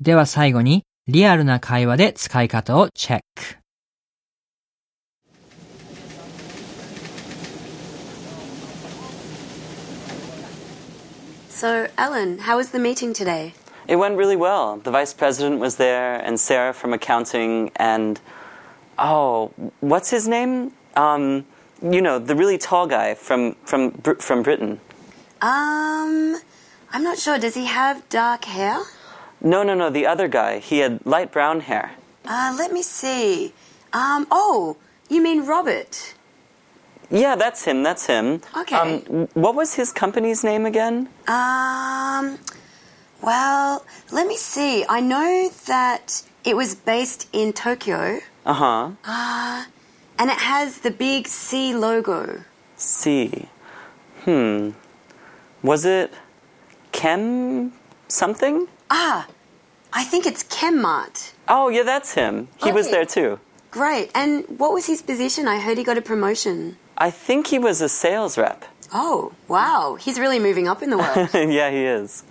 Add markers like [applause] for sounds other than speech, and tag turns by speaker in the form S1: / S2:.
S1: では最後に、リアルな会話で使い方をチェック。
S2: So, Ellen, how was the meeting today?
S3: It went really well. The vice president was there, and Sarah from accounting, and oh, what's his name? Um, you know, the really tall guy from from Br- from Britain.
S2: Um, I'm not sure. Does he have dark hair?
S3: No, no, no, the other guy. He had light brown hair.
S2: Uh, let me see. Um, oh, you mean Robert?
S3: Yeah, that's him. That's him.
S2: Okay.
S3: Um, w- what was his company's name again?
S2: Um, well, let me see. I know that it was based in Tokyo
S3: Uh huh.
S2: and it has the big C logo.
S3: C. Hmm. Was it Chem something?
S2: Ah, I think it's Chemmart.
S3: Oh, yeah, that's him. He was
S2: Okay.
S3: there too.
S2: Great. And what was his position? I heard he got a promotion.
S3: I think he was a sales rep.
S2: [laughs] Oh, wow. He's really moving up in the world.
S3: [laughs] yeah, he is.